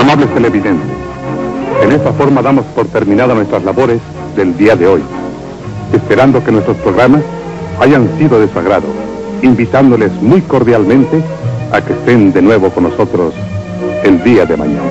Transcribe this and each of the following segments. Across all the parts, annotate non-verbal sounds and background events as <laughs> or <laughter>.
Amables televidentes, en esta forma damos por terminada nuestras labores del día de hoy, esperando que nuestros programas hayan sido de su agrado, invitándoles muy cordialmente a que estén de nuevo con nosotros el día de mañana.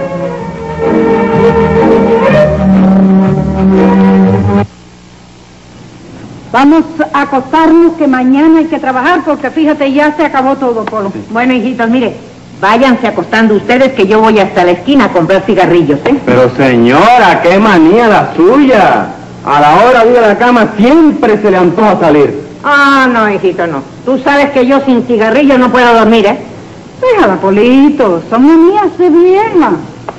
Vamos a acostarnos que mañana hay que trabajar porque fíjate, ya se acabó todo, Polo. Bueno, hijitos, mire, váyanse acostando ustedes que yo voy hasta la esquina a comprar cigarrillos, ¿eh? Pero señora, qué manía la suya. A la hora de ir a la cama siempre se le antoja salir. Ah, no, hijito, no. Tú sabes que yo sin cigarrillos no puedo dormir, ¿eh? Déjala, Polito, son manías de vieja.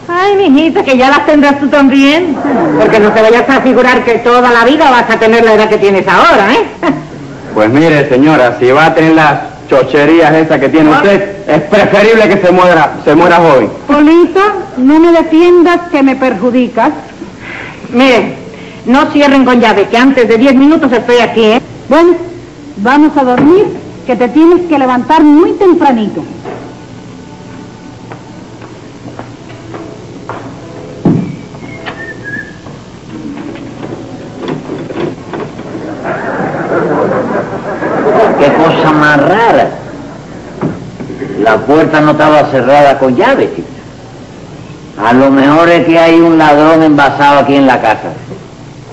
Ay, mijita, que ya las tendrás tú también. Porque no te vayas a figurar que toda la vida vas a tener la edad que tienes ahora, ¿eh? <laughs> Pues mire, señora, si va a tener las chocherías esas que tiene usted, es preferible que se muera, se muera joven. Polito, no me defiendas que me perjudicas. Mire, no cierren con llave, que antes de 10 minutos estoy aquí, ¿eh? Bueno, vamos a dormir, que te tienes que levantar muy tempranito. Qué cosa más rara. La puerta no estaba cerrada con llave, chica. A lo mejor es que hay un ladrón envasado aquí en la casa.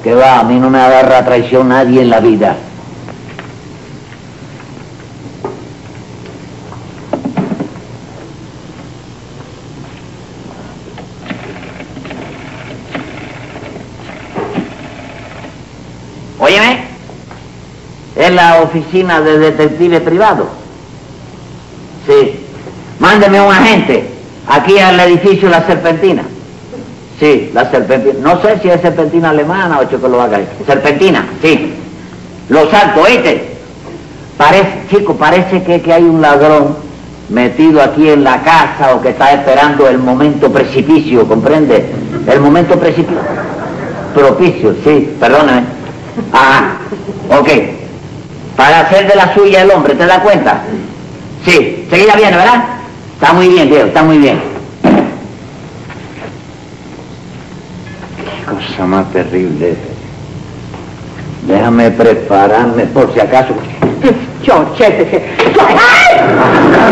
Que va, a mí no me agarra traición nadie en la vida. Óyeme, es la oficina de detective privado. Sí. Mándeme un agente aquí al edificio La Serpentina. Sí, la serpentina. No sé si es serpentina alemana o chocolaca. Serpentina, sí. Lo salto, ¿oíste? Parece, chico, parece que, que hay un ladrón metido aquí en la casa o que está esperando el momento precipicio, ¿comprende? El momento precipicio. Propicio, sí, perdóname. Ajá, ok. Para hacer de la suya el hombre, ¿te das cuenta? Sí, seguida viene, ¿verdad? Está muy bien, Diego, está muy bien. Qué cosa más terrible. Déjame prepararme por si acaso. Chochete. ¡Ay!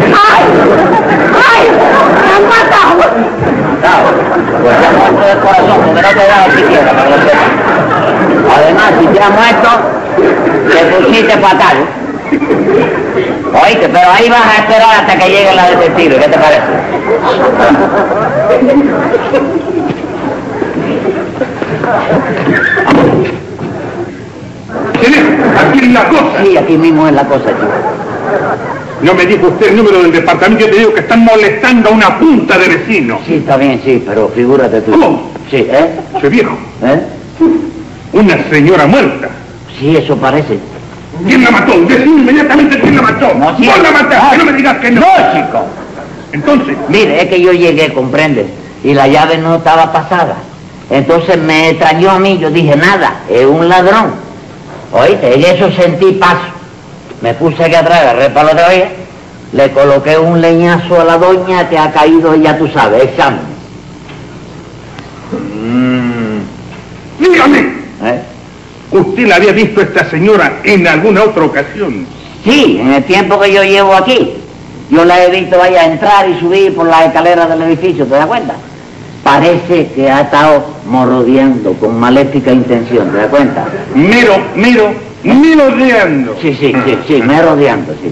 ¡Ay! ¡Ay! ¡Me han matado! Claro, pues ya muerto de corazón, porque no te he dado siquiera, para que lo sepas. Además, si te has muerto, te pusiste fatal. Oíste, pero ahí vas a esperar hasta que llegue la detective, ¿qué te parece? Aquí es la cosa. Sí, aquí mismo es la cosa, chico. No me dijo usted el número del departamento, yo te digo que están molestando a una punta de vecinos. Sí, está bien, sí, pero figúrate tú. ¿Cómo? Sí, ¿eh? Se vieron. ¿Eh? Una señora muerta. Sí, eso parece. ¿Quién la mató? Decime inmediatamente quién la mató. No, sí. Vos la mataste, no me digas que no. No, chico. Entonces, Mire, es que yo llegué, comprende, y la llave no estaba pasada. Entonces me extrañó a mí, yo dije, nada, es un ladrón. Oíste, en eso sentí paso. Me puse aquí atrás, agarré para la otra vez, le coloqué un leñazo a la doña que ha caído, ya tú sabes, examen. Mm, dígame, ¿eh? ¿usted la había visto a esta señora en alguna otra ocasión? Sí, en el tiempo que yo llevo aquí, yo la he visto vaya entrar y subir por las escaleras del edificio, ¿te das cuenta? Parece que ha estado morrodeando con maléfica intención, ¿te das cuenta? Mero, mero, merodeando. Sí, sí, sí, sí, me rodeando, sí.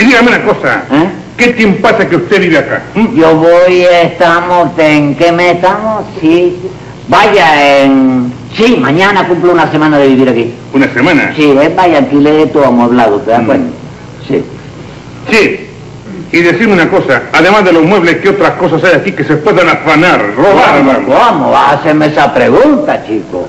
Y dígame una cosa, ¿Eh? ¿qué tiempo pasa que usted vive acá? ¿Mm? Yo voy, estamos, ¿en qué mes estamos? Sí, vaya, en... Sí, mañana cumplo una semana de vivir aquí. ¿Una semana? Sí, es vaya alquiler todo amueblado, ¿te das Mm. cuenta? Sí. Sí. Y decime una cosa, además de los muebles, ¿qué otras cosas hay aquí que se puedan afanar, robar? ¿Cómo, vamos? cómo vas a hacerme pues esa pregunta, chico?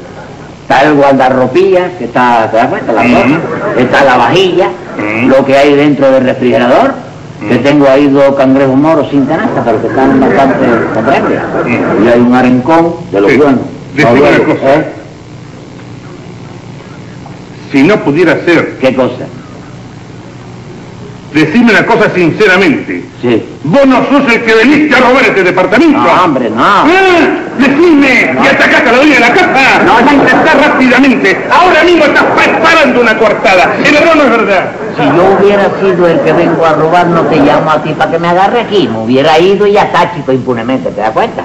Está el guardarropía, que está, ¿te das cuenta? La Ujú. cosa. Está la vajilla, Ujú. lo que hay dentro del refrigerador, que Ujú. tengo ahí dos cangrejos moros sin canasta, pero que están bastante, ¿comprendes? Ujú. Y hay un arencón de los Mm. Sí. buenos. Decime No, una bueno, cosa. ¿eh? Si no pudiera ser ¿Qué cosa? Decime una cosa sinceramente. Sí. Vos no sos el que veniste a robar este departamento. No, hombre, no. ¡Ah! ¡Decime! ¡Y atacaste a la dueña de la casa! No, no. ¡Contestá rápidamente! ¡Ahora mismo estás preparando una coartada! ¡El error no es verdad! Si yo hubiera sido el que vengo a robar, no te llamo a ti para que me agarre aquí. Me hubiera ido y está, chico, impunemente, ¿te das cuenta?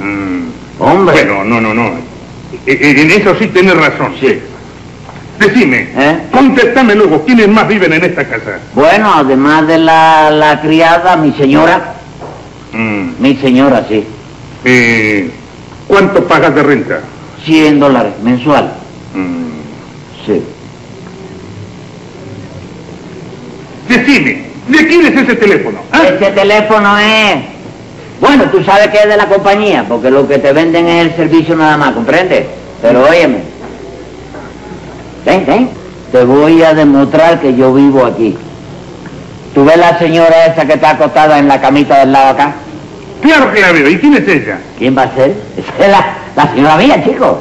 Mm, Hombre. Bueno, no, no, no. E- e- En eso sí tenés razón. Sí. Decime, ¿Eh? contestame luego, ¿quiénes más viven en esta casa? Bueno, además de la, la criada, mi señora. Mm, Mi señora, sí. eh, ¿Cuánto pagas de renta? 100 dólares mensual. Mm, Sí. Decime, ¿de quién es ese teléfono? ah? Este teléfono es... Bueno, tú sabes que es de la compañía, porque lo que te venden es el servicio nada más, ¿comprendes? Pero óyeme. Ven, ven. Te voy a demostrar que yo vivo aquí. ¿Tú ves la señora esa que está acostada en la camita del lado acá? Claro que la veo, ¿y quién es ella? ¿Quién va a ser? <laughs> Esa es la, la señora mía, chico.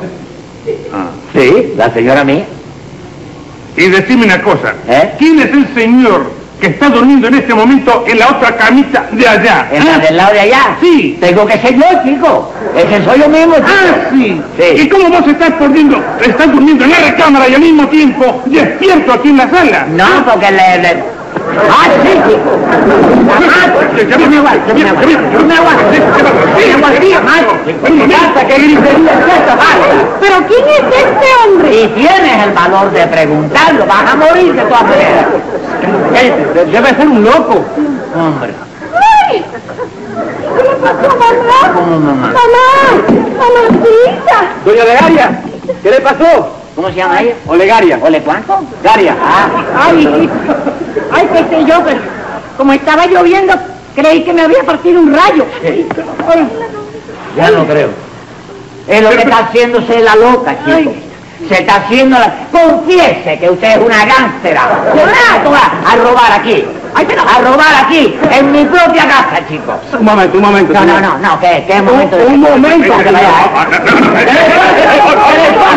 Ah. Sí, la señora mía. Y decime una cosa, ¿Eh? ¿quién es el señor que está durmiendo en este momento en la otra camita de allá? ¿En la ah? del lado de allá? Sí. Tengo que ser yo, chico. Ese soy yo mismo, chico. Ah, sí. ¿Y Sí. cómo vos estás poniendo, estás durmiendo en la recámara y al mismo tiempo despierto aquí en la sala? No, porque le... le- Ah, sí, chico. Jamás. Yo me aguanto, yo me aguanto. Yo me aguanto. Yo me aguanto, jamás. Me encanta que gritería es esta, basta. ¿Pero quién es este hombre? Si tienes el valor de preguntarlo, vas a morir de tu manera. Debe ser un loco. Hombre. ¡Ay! ¿Qué le pasó, mamá? ¿Cómo, mamá? ¡Mamá! ¡Mamacita! Doña Olegaria, ¿qué le pasó? ¿Cómo se llama ella? Olegaria. ¿Ole cuánto? Olegaria. Ah, Ay, ay, pensé yo que como estaba lloviendo, creí que me había partido un rayo. Ay, ya no creo. Es lo que está haciéndose la loca, chico. Ay. Se está haciendo la... Confiese que usted es una gángstera. ¿Cómo va a robar aquí? A robar aquí, en mi propia casa, chicos. Un momento, un momento. No, no, no, señor. no, que, que momento de... Un momento. Para que vea, ¿eh?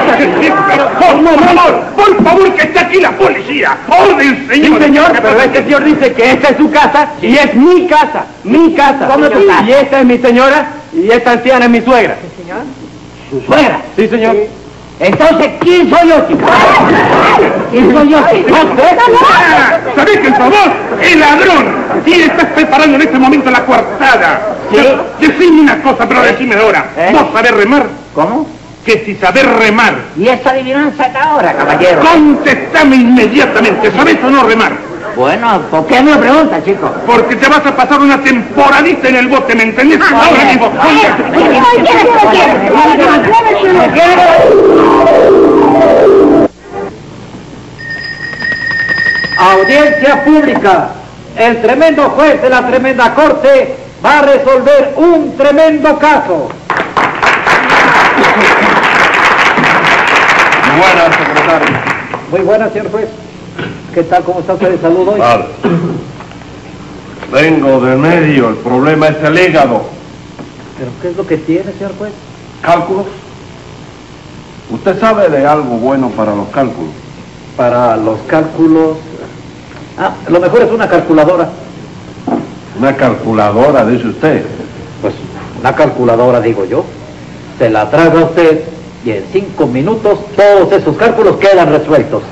Por favor, por favor, que está aquí la policía. Orden, Sí, señor. señor, pero este señor dice que esta es su casa y es mi casa, mi casa. ¿Cómo tu casa? Y esta es mi señora y esta anciana es mi suegra. Su suegra. Sí, señor. Entonces, ¿quién soy yo, chico? ¿Quién soy yo, chico? Ah, ¿Sabés que sos vos? ¡El ladrón! Y estás preparando en este momento la coartada. Sí. Decime una cosa, pero decime ahora. ¿Eh? ¿Vos sabés remar? ¿Cómo? Que si sabés remar, ¿Y esa adivinanza está ahora, caballero? contestame inmediatamente. ¿Sabés o no remar? Bueno, ¿por qué me lo pregunta, chico? Porque te vas a pasar una temporadita en el bote, ¿me entendés? Ah, Ahora mismo. Oye, Audiencia pública. El tremendo juez de la tremenda corte va a resolver un tremendo caso. Buenas, secretario. Muy buenas, señor juez. ¿Qué tal? ¿Cómo está usted de salud hoy? Vale. Vengo de medio, el problema es el hígado. ¿Pero qué es lo que tiene, señor juez? ¿Cálculos? ¿Usted sabe de algo bueno para los cálculos? Para los cálculos... Ah, lo mejor es una calculadora. Una calculadora, dice usted. <laughs> Pues una calculadora, digo yo. Se la traga usted y en cinco minutos todos esos cálculos quedan resueltos.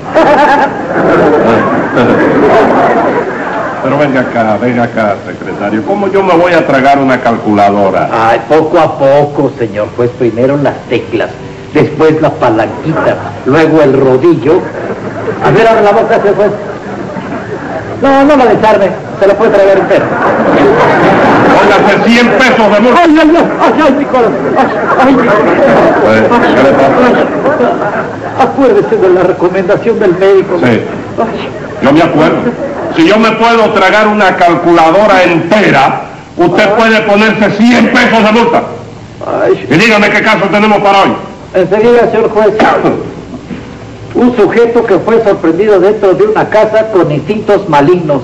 Pero venga acá, venga acá, secretario. ¿Cómo yo me voy a tragar una calculadora? Ay, poco a poco, señor juez. Primero las teclas, después las palanquitas, luego el rodillo. A ver, abre la boca, señor juez. No, no la desarme. Se la puede tragar entero. Póngase 100 pesos de multa. ¡Ay, ay, ay! ¡Ay, ay, mi corazón! ¡Ay, ay! Pues, ¿qué le pasa? Acuérdese de la recomendación del médico. Sí, yo me acuerdo. Si yo me puedo tragar una calculadora entera, usted puede ponerse 100 pesos de multa. Ay, Y dígame qué caso tenemos para hoy. enseguida, señor juez. Un sujeto que fue sorprendido dentro de una casa con instintos malignos.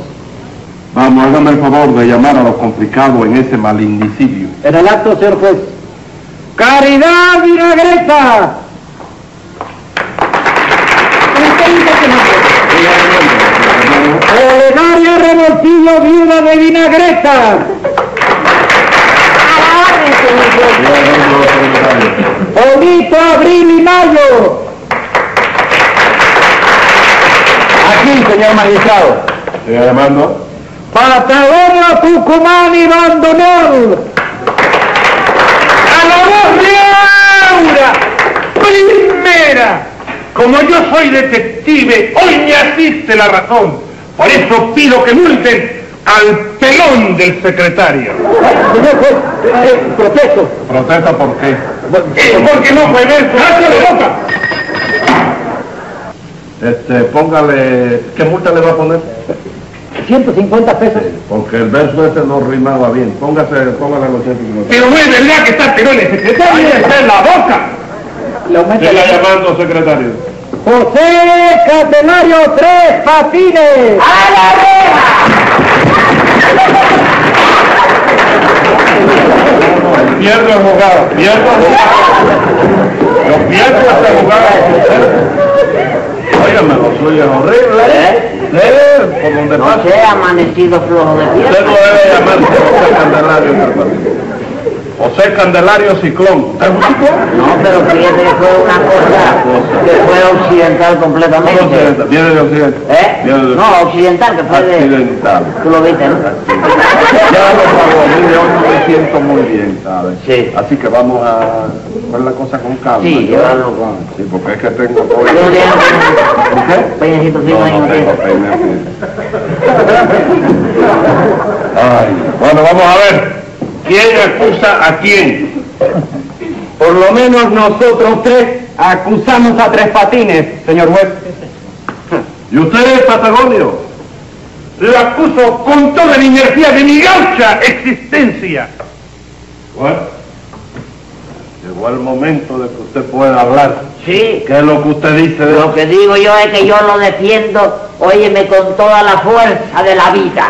Vamos, hágame el favor de llamar a los complicados en este ese malignicidio. En el acto, señor juez. ¡Caridad Vinagreta! Dígame el nombre, por favor. Olegaria Revoltillo, viuda de vinagreta. Bonito abril y mayo. Aquí, señor magistrado. Eh, Señor Armando, Patagonia, Tucumán y Bandoneón. ¡A la voz de Aura! ¡Primera! Como yo soy detective, hoy me asiste la razón. Por eso pido que multen al pelón del secretario. Señor juez, eh, protesto. protesta por qué. Eh, Porque no fue ver, de boca! Este, póngale, ¿qué multa le va a poner? 150 pesos. Porque el verso ese no rimaba bien. Póngase, póngale los 150. Pero no es verdad que está pelón el secretario. ¡Está en la boca! Le aumenta Siga la- llamando, secretario. José Candelario Tres Patines. Pierdo el jugado, pierdo el jugado. Yo pierdo esta jugada. Óigame, lo suyo es horrible. ¿Eh? Por donde pasa. Se ha amanecido flojo de Usted no pierna. debe llamarse José Candelario, hermano. José Candelario Ciclón. ¿Usted es un ciclón? No, pero fíjate que fue una cosa que fue occidental ¿Cómo completamente. se Viene de Occidente. ¿Eh? Viene de No, occidental, que fue de... Occidental. Tú lo viste, ¿no? Ya lo pagó, mire, hoy no me siento muy bien, ¿sabes? Sí. Así que vamos a ver la cosa con calma. Sí, ¿ya? llevarlo con- Sí, porque es que tengo todo Yo le hago ¿Por qué? un peinecito fino No, ahí no no tengo tiene. pena. Ay, bueno, vamos a ver. ¿Quién acusa a quién? Por lo menos nosotros tres acusamos a Tres Patines, señor juez. ¿Y usted es Patagonio? Lo acuso con toda la energía de mi gaucha existencia. Bueno, llegó el momento de que usted pueda hablar. Sí, ¿Qué es lo que usted dice? de- lo que digo yo es que yo lo defiendo, óyeme, con toda la fuerza de la vida.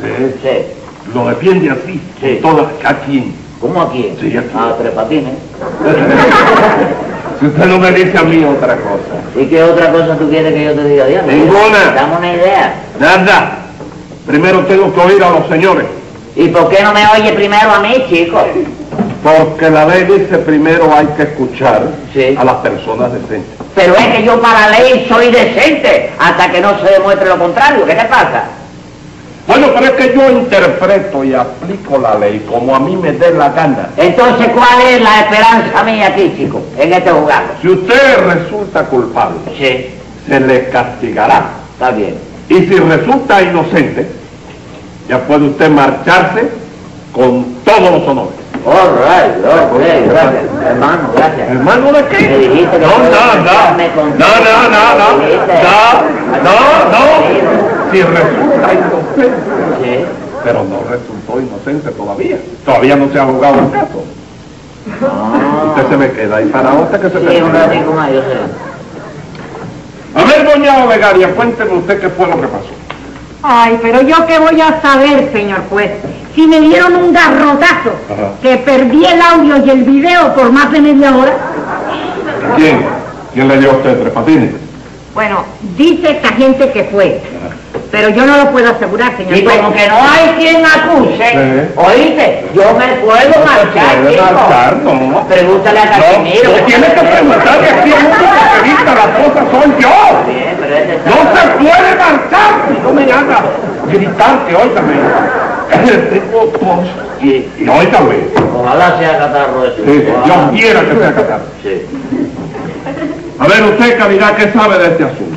Sí, Sí. Lo defiende así, Sí. con todas, ¿a quién? ¿Cómo aquí? Sí, aquí. Ah, tres patines. Si usted no me dice a mí otra cosa. ¿Y qué otra cosa tú quieres que yo te diga, Dios? Ninguna. Dame una idea. Nada. Primero tengo que oír a los señores. ¿Y por qué no me oye primero a mí, chico? Porque la ley dice primero hay que escuchar Sí. a las personas decentes. Pero es que yo para la ley soy decente hasta que no se demuestre lo contrario. ¿Qué te pasa? Bueno, pero es que yo interpreto y aplico la ley como a mí me dé la gana. Entonces, ¿cuál es la esperanza mía aquí, chico, en este juzgado? Si usted resulta culpable, Sí, se le castigará. está bien. Y si resulta inocente, ya puede usted marcharse con todos los honores. All right, ok, gracias. Hermano, gracias. ¿Hermano de qué? Me dijiste que no, puedo no, marcharme no, no, con- no, no, no, Me dijiste. no, no, no. Si resulta inocente, Sí. pero no resultó inocente todavía. Todavía no se ha jugado el caso. Usted se me queda ahí para otra que se Ah. Sí, un termine. ratico más, yo sé. A ver, doña Olegaria, cuénteme usted qué fue lo que pasó. Ay, pero yo qué voy a saber, señor juez. Si me dieron un garrotazo, Ajá. que perdí el audio y el video por más de media hora. ¿Quién? ¿Quién le dio a usted tres patines? Bueno, dice esta gente que fue, pero yo no lo puedo asegurar, señor Y juez. como que no hay quien acuse, Sí. ¿oíste? Yo me puedo marchar, puede chico. marchar, no. Pregúntale a No, Casimiro. no tiene que preguntar que aquí el único que revisa las cosas soy yo. Bien, pero este está- ¡No se puede marchar! pues, No me haga gritante, óigame. Tengo tos. Sí. Y óigame. Ojalá sea catarro eso. Sí, Dios Ojalá. quiera que sea catar. Sí. A ver, usted, Cavidad, ¿qué sabe de este asunto?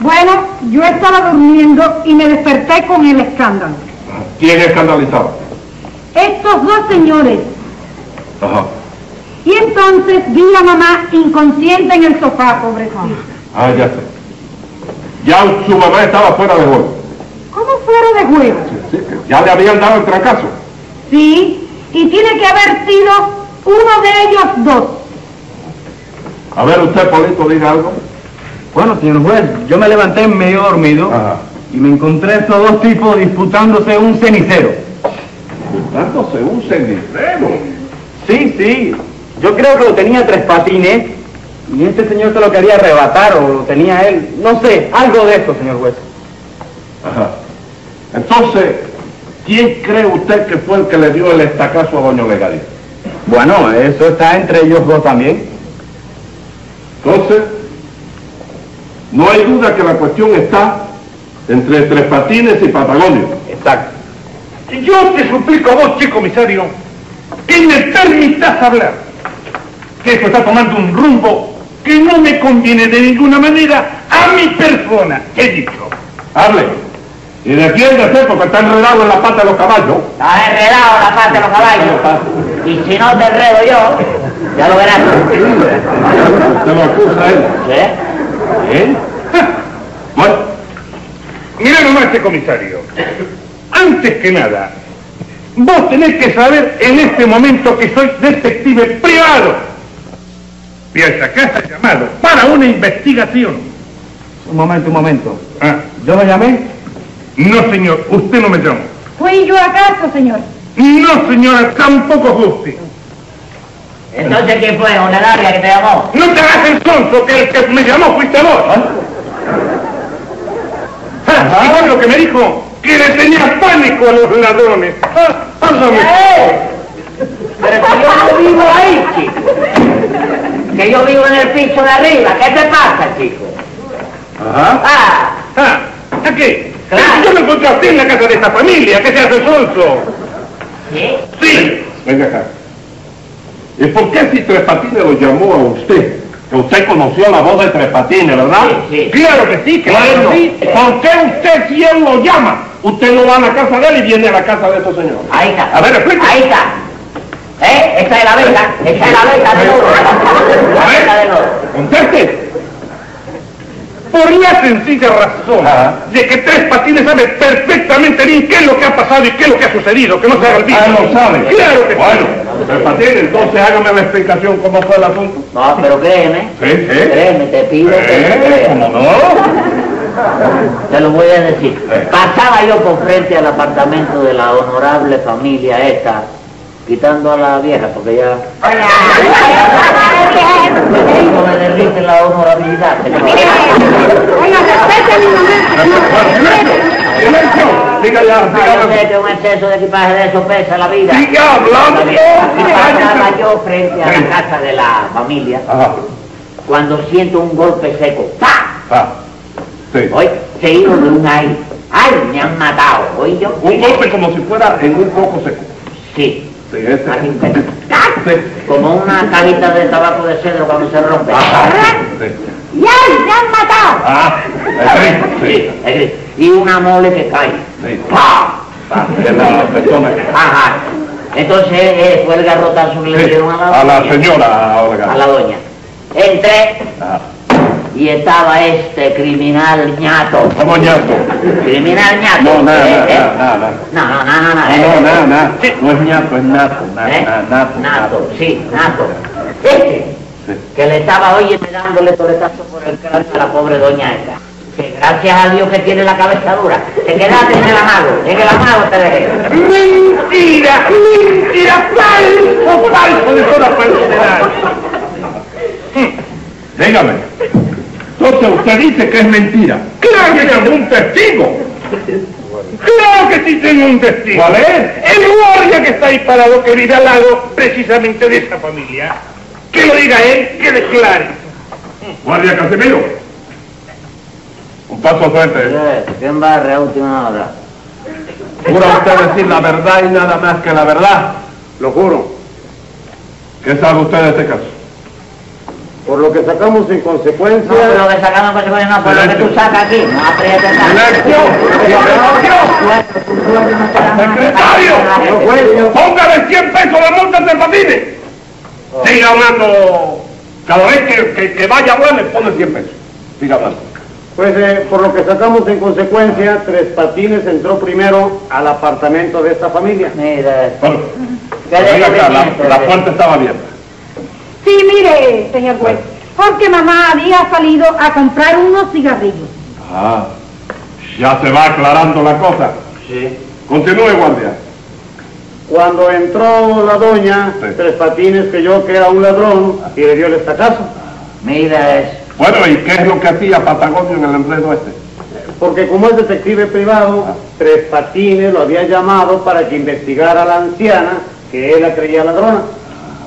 Bueno, yo estaba durmiendo y me desperté con el escándalo. ¿Quién escandalizado? Estos dos señores. Ajá. Y entonces vi a mamá inconsciente en el sofá, pobrecita. Ah, ya sé. Ya su mamá estaba fuera de juego. ¿Cómo fuera de juego? Sí, que ya le habían dado el fracaso. Sí, y tiene que haber sido uno de ellos dos. A ver, usted, Polito, diga algo. Bueno, señor juez, yo me levanté medio dormido Ajá. y me encontré estos dos tipos disputándose un cenicero. Dándose un cenicero. Sí, sí. Yo creo que lo tenía tres patines y este señor se lo quería arrebatar o lo tenía él. No sé, algo de eso, señor juez. Entonces, ¿quién cree usted que fue el que le dio el estacazo a Doña Olegario? Bueno, eso está entre ellos dos también. Entonces, no hay duda que la cuestión está entre Tres Patines y Patagonia. Exacto. Yo te suplico a vos, chico comisario, que me permitas hablar. Que esto está tomando un rumbo que no me conviene de ninguna manera a mi persona, he dicho. Hable. Y defiéndase porque está enredado en la pata de los caballos. Estás enredado la parte de los caballos. Y si no te enredo yo, ya lo verás. Se lo acusa él. ¿Eh? ¿Eh? Ja. Bueno. Mira nomás este comisario. Antes que nada, vos tenés que saber en este momento que soy detective privado. Y a esta casa llamado para una investigación. Un momento, un momento. Ah, Yo lo llamé. no, señor, usted no me llama. ¿Fui yo acaso, señor? No, señora, tampoco es usted. Entonces, ¿quién fue? ¿Una larga que te llamó? No te hagas el sonso, que el que me llamó fuiste vos. Ah, ¿Y sabes lo que me dijo? Que le tenía pánico a los ladrones. Ah, Pásame. Pero si yo no vivo ahí, chico. Que yo vivo en el piso de arriba. ¿Qué te pasa, chico? Ajá. Ah, Ah, ¿a qué? Claro. Yo lo encontré a usted en la casa de esta familia, que se hace sonso. ¿sí? Sí. Venga acá. ¿Y por qué si Tres Patines lo llamó a usted? Que usted conoció la voz de Tres Patines, ¿verdad? Sí, sí. Claro que sí, que la Claro. conocí. ¿Por qué usted si él lo llama? Usted no va a la casa de él y viene a la casa de estos señores. Ahí está. A ver, explique. Ahí está. ¿Eh? Esa es la venta. Esa es la venta de oro. La A venta de oro. ver, conteste. Por la sencilla razón Ajá. de que Tres Patines sabe perfectamente bien qué es lo que ha pasado y qué es lo que ha sucedido, que no se haga el vivo. Ah, lo sabe. Claro que bueno, Tres Patines, entonces hágame la explicación cómo fue el asunto. No, pero <laughs> créeme. Sí, sí. Créeme, te pido que me Eh, creas. ¿Cómo no? Te lo voy a decir. Eh. Pasaba yo por frente al apartamento de la honorable familia esta, quitando a la vieja, porque ya... No me derrite la honorabilidad. Oiga, respete mi momento. ¡Silencio! Diga ya, diga ya. que un exceso de equipaje de eso pesa la vida. Diga, hablando. Aquí pasaba yo frente a la casa de la familia Ajá, cuando siento un golpe seco. ¡Pa! ah, sí. Hoy seguido de un aire. ¡Ay, me han matado! ¿Oí yo? Un golpe como si fuera en un poco seco. Sí. Sí, ese. Así un pe- Sí. Como una cajita de tabaco de cedro cuando se rompe. Ah, ¡Ah! Sí. ¡Ya! ¡Se han matado! Ah, Sí, sí, sí. es gris. Y una mole que cae. Sí. ¡Pa! Ah, en la persona. Ajá. Entonces eh, fue el garrotazo que le Sí, dieron a la a la doña. señora A ahora. la doña. Entré Ah, y estaba este criminal ñato. ¿Cómo ñato? Criminal ñato. No, nada, Eh, eh. nada, No, no, no, no, nada, nada. no. Ah, eh. No, nada, nada. No es ñato, es nato. ¿Eh? Nada, nato. Nato, sí, Nato. Este, Sí. que le estaba hoy dándole toletazo por el cráneo a la pobre doña esta. Que gracias a Dios que tiene la cabeza dura. Te quedaste en el amago, en el amago te dejé. ¡Mentira! ¡Mentira! ¡Falso! ¡Falso de toda falsedad! Dígame. Entonces usted dice que es mentira. ¡Claro que tengo un testigo! ¡Claro que sí tengo un testigo! ¿Cuál es? El guardia que está ahí parado, que vive al lado precisamente de esa familia. Que lo diga él, que declare. Guardia Casemiro. Un paso al frente. ¿Quién barre a última hora? ¿Jura usted decir la verdad y nada más que la verdad? Lo juro. ¿Qué sabe usted de este caso? Por lo que sacamos en consecuencia. No, pero lo que sacamos pues, bueno, no, por lo que tú sacas aquí, no aprietes nada. ¡Silencio! ¡Silencio! ¡Secretario! ¡Póngale 100 pesos de multa de patines! Oh. Siga hablando. Cada vez que, que- que vaya a hablar le pone 100 pesos. Siga hablando. Pues eh, por lo que sacamos en consecuencia, Tres Patines entró primero al apartamento de esta familia. Mira, Bueno, qué venga acá, descubrimiento, la, la eh. puerta estaba abierta. Sí, mire, señor juez, porque mamá había salido a comprar unos cigarrillos. Ah, ya se va aclarando la cosa. Sí. Continúe, guardia. Cuando entró la doña, Sí. Tres Patines creyó que era un ladrón y le dio el estacazo. Mira eso. Bueno, ¿y qué es lo que hacía Patagonio en el enredo este? Porque como es detective privado, Tres Patines lo había llamado para que investigara a la anciana que él la creía ladrona.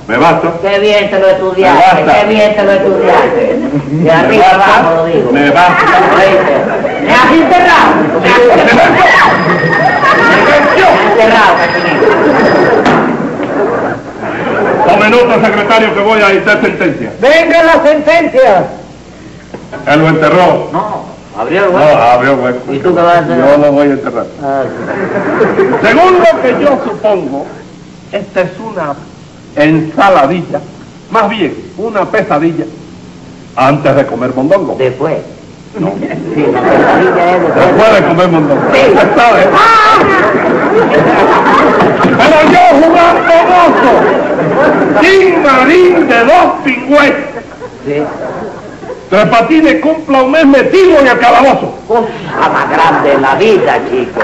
Me basta. Qué bien te lo estudiaste, Me basta. qué bien te lo estudiaste. De Me arriba abajo lo basta. digo. Me basta. ¿Oíste? ¿Me has enterrado? ¿Me has enterrado? Enterrado, cachinero. Tome nota, secretario, que voy a dictar sentencia. ¡Venga la sentencia! Él lo enterró. No, abrió el No, hueco. abrió hueco. ¿Y tú qué vas a hacer? Yo lo voy a enterrar. Ah, Según lo que yo supongo, esta es una ensaladilla, más bien una pesadilla, antes de comer mondongo. Después. No. Sí, la pesadilla es después. Después de comer mondongo. Ya sabes. Pero yo jugar con oso, sin marín de dos pingües, Sí. tres patines cumpla un mes metido en el calabozo. Cosa más grande en la vida, chico.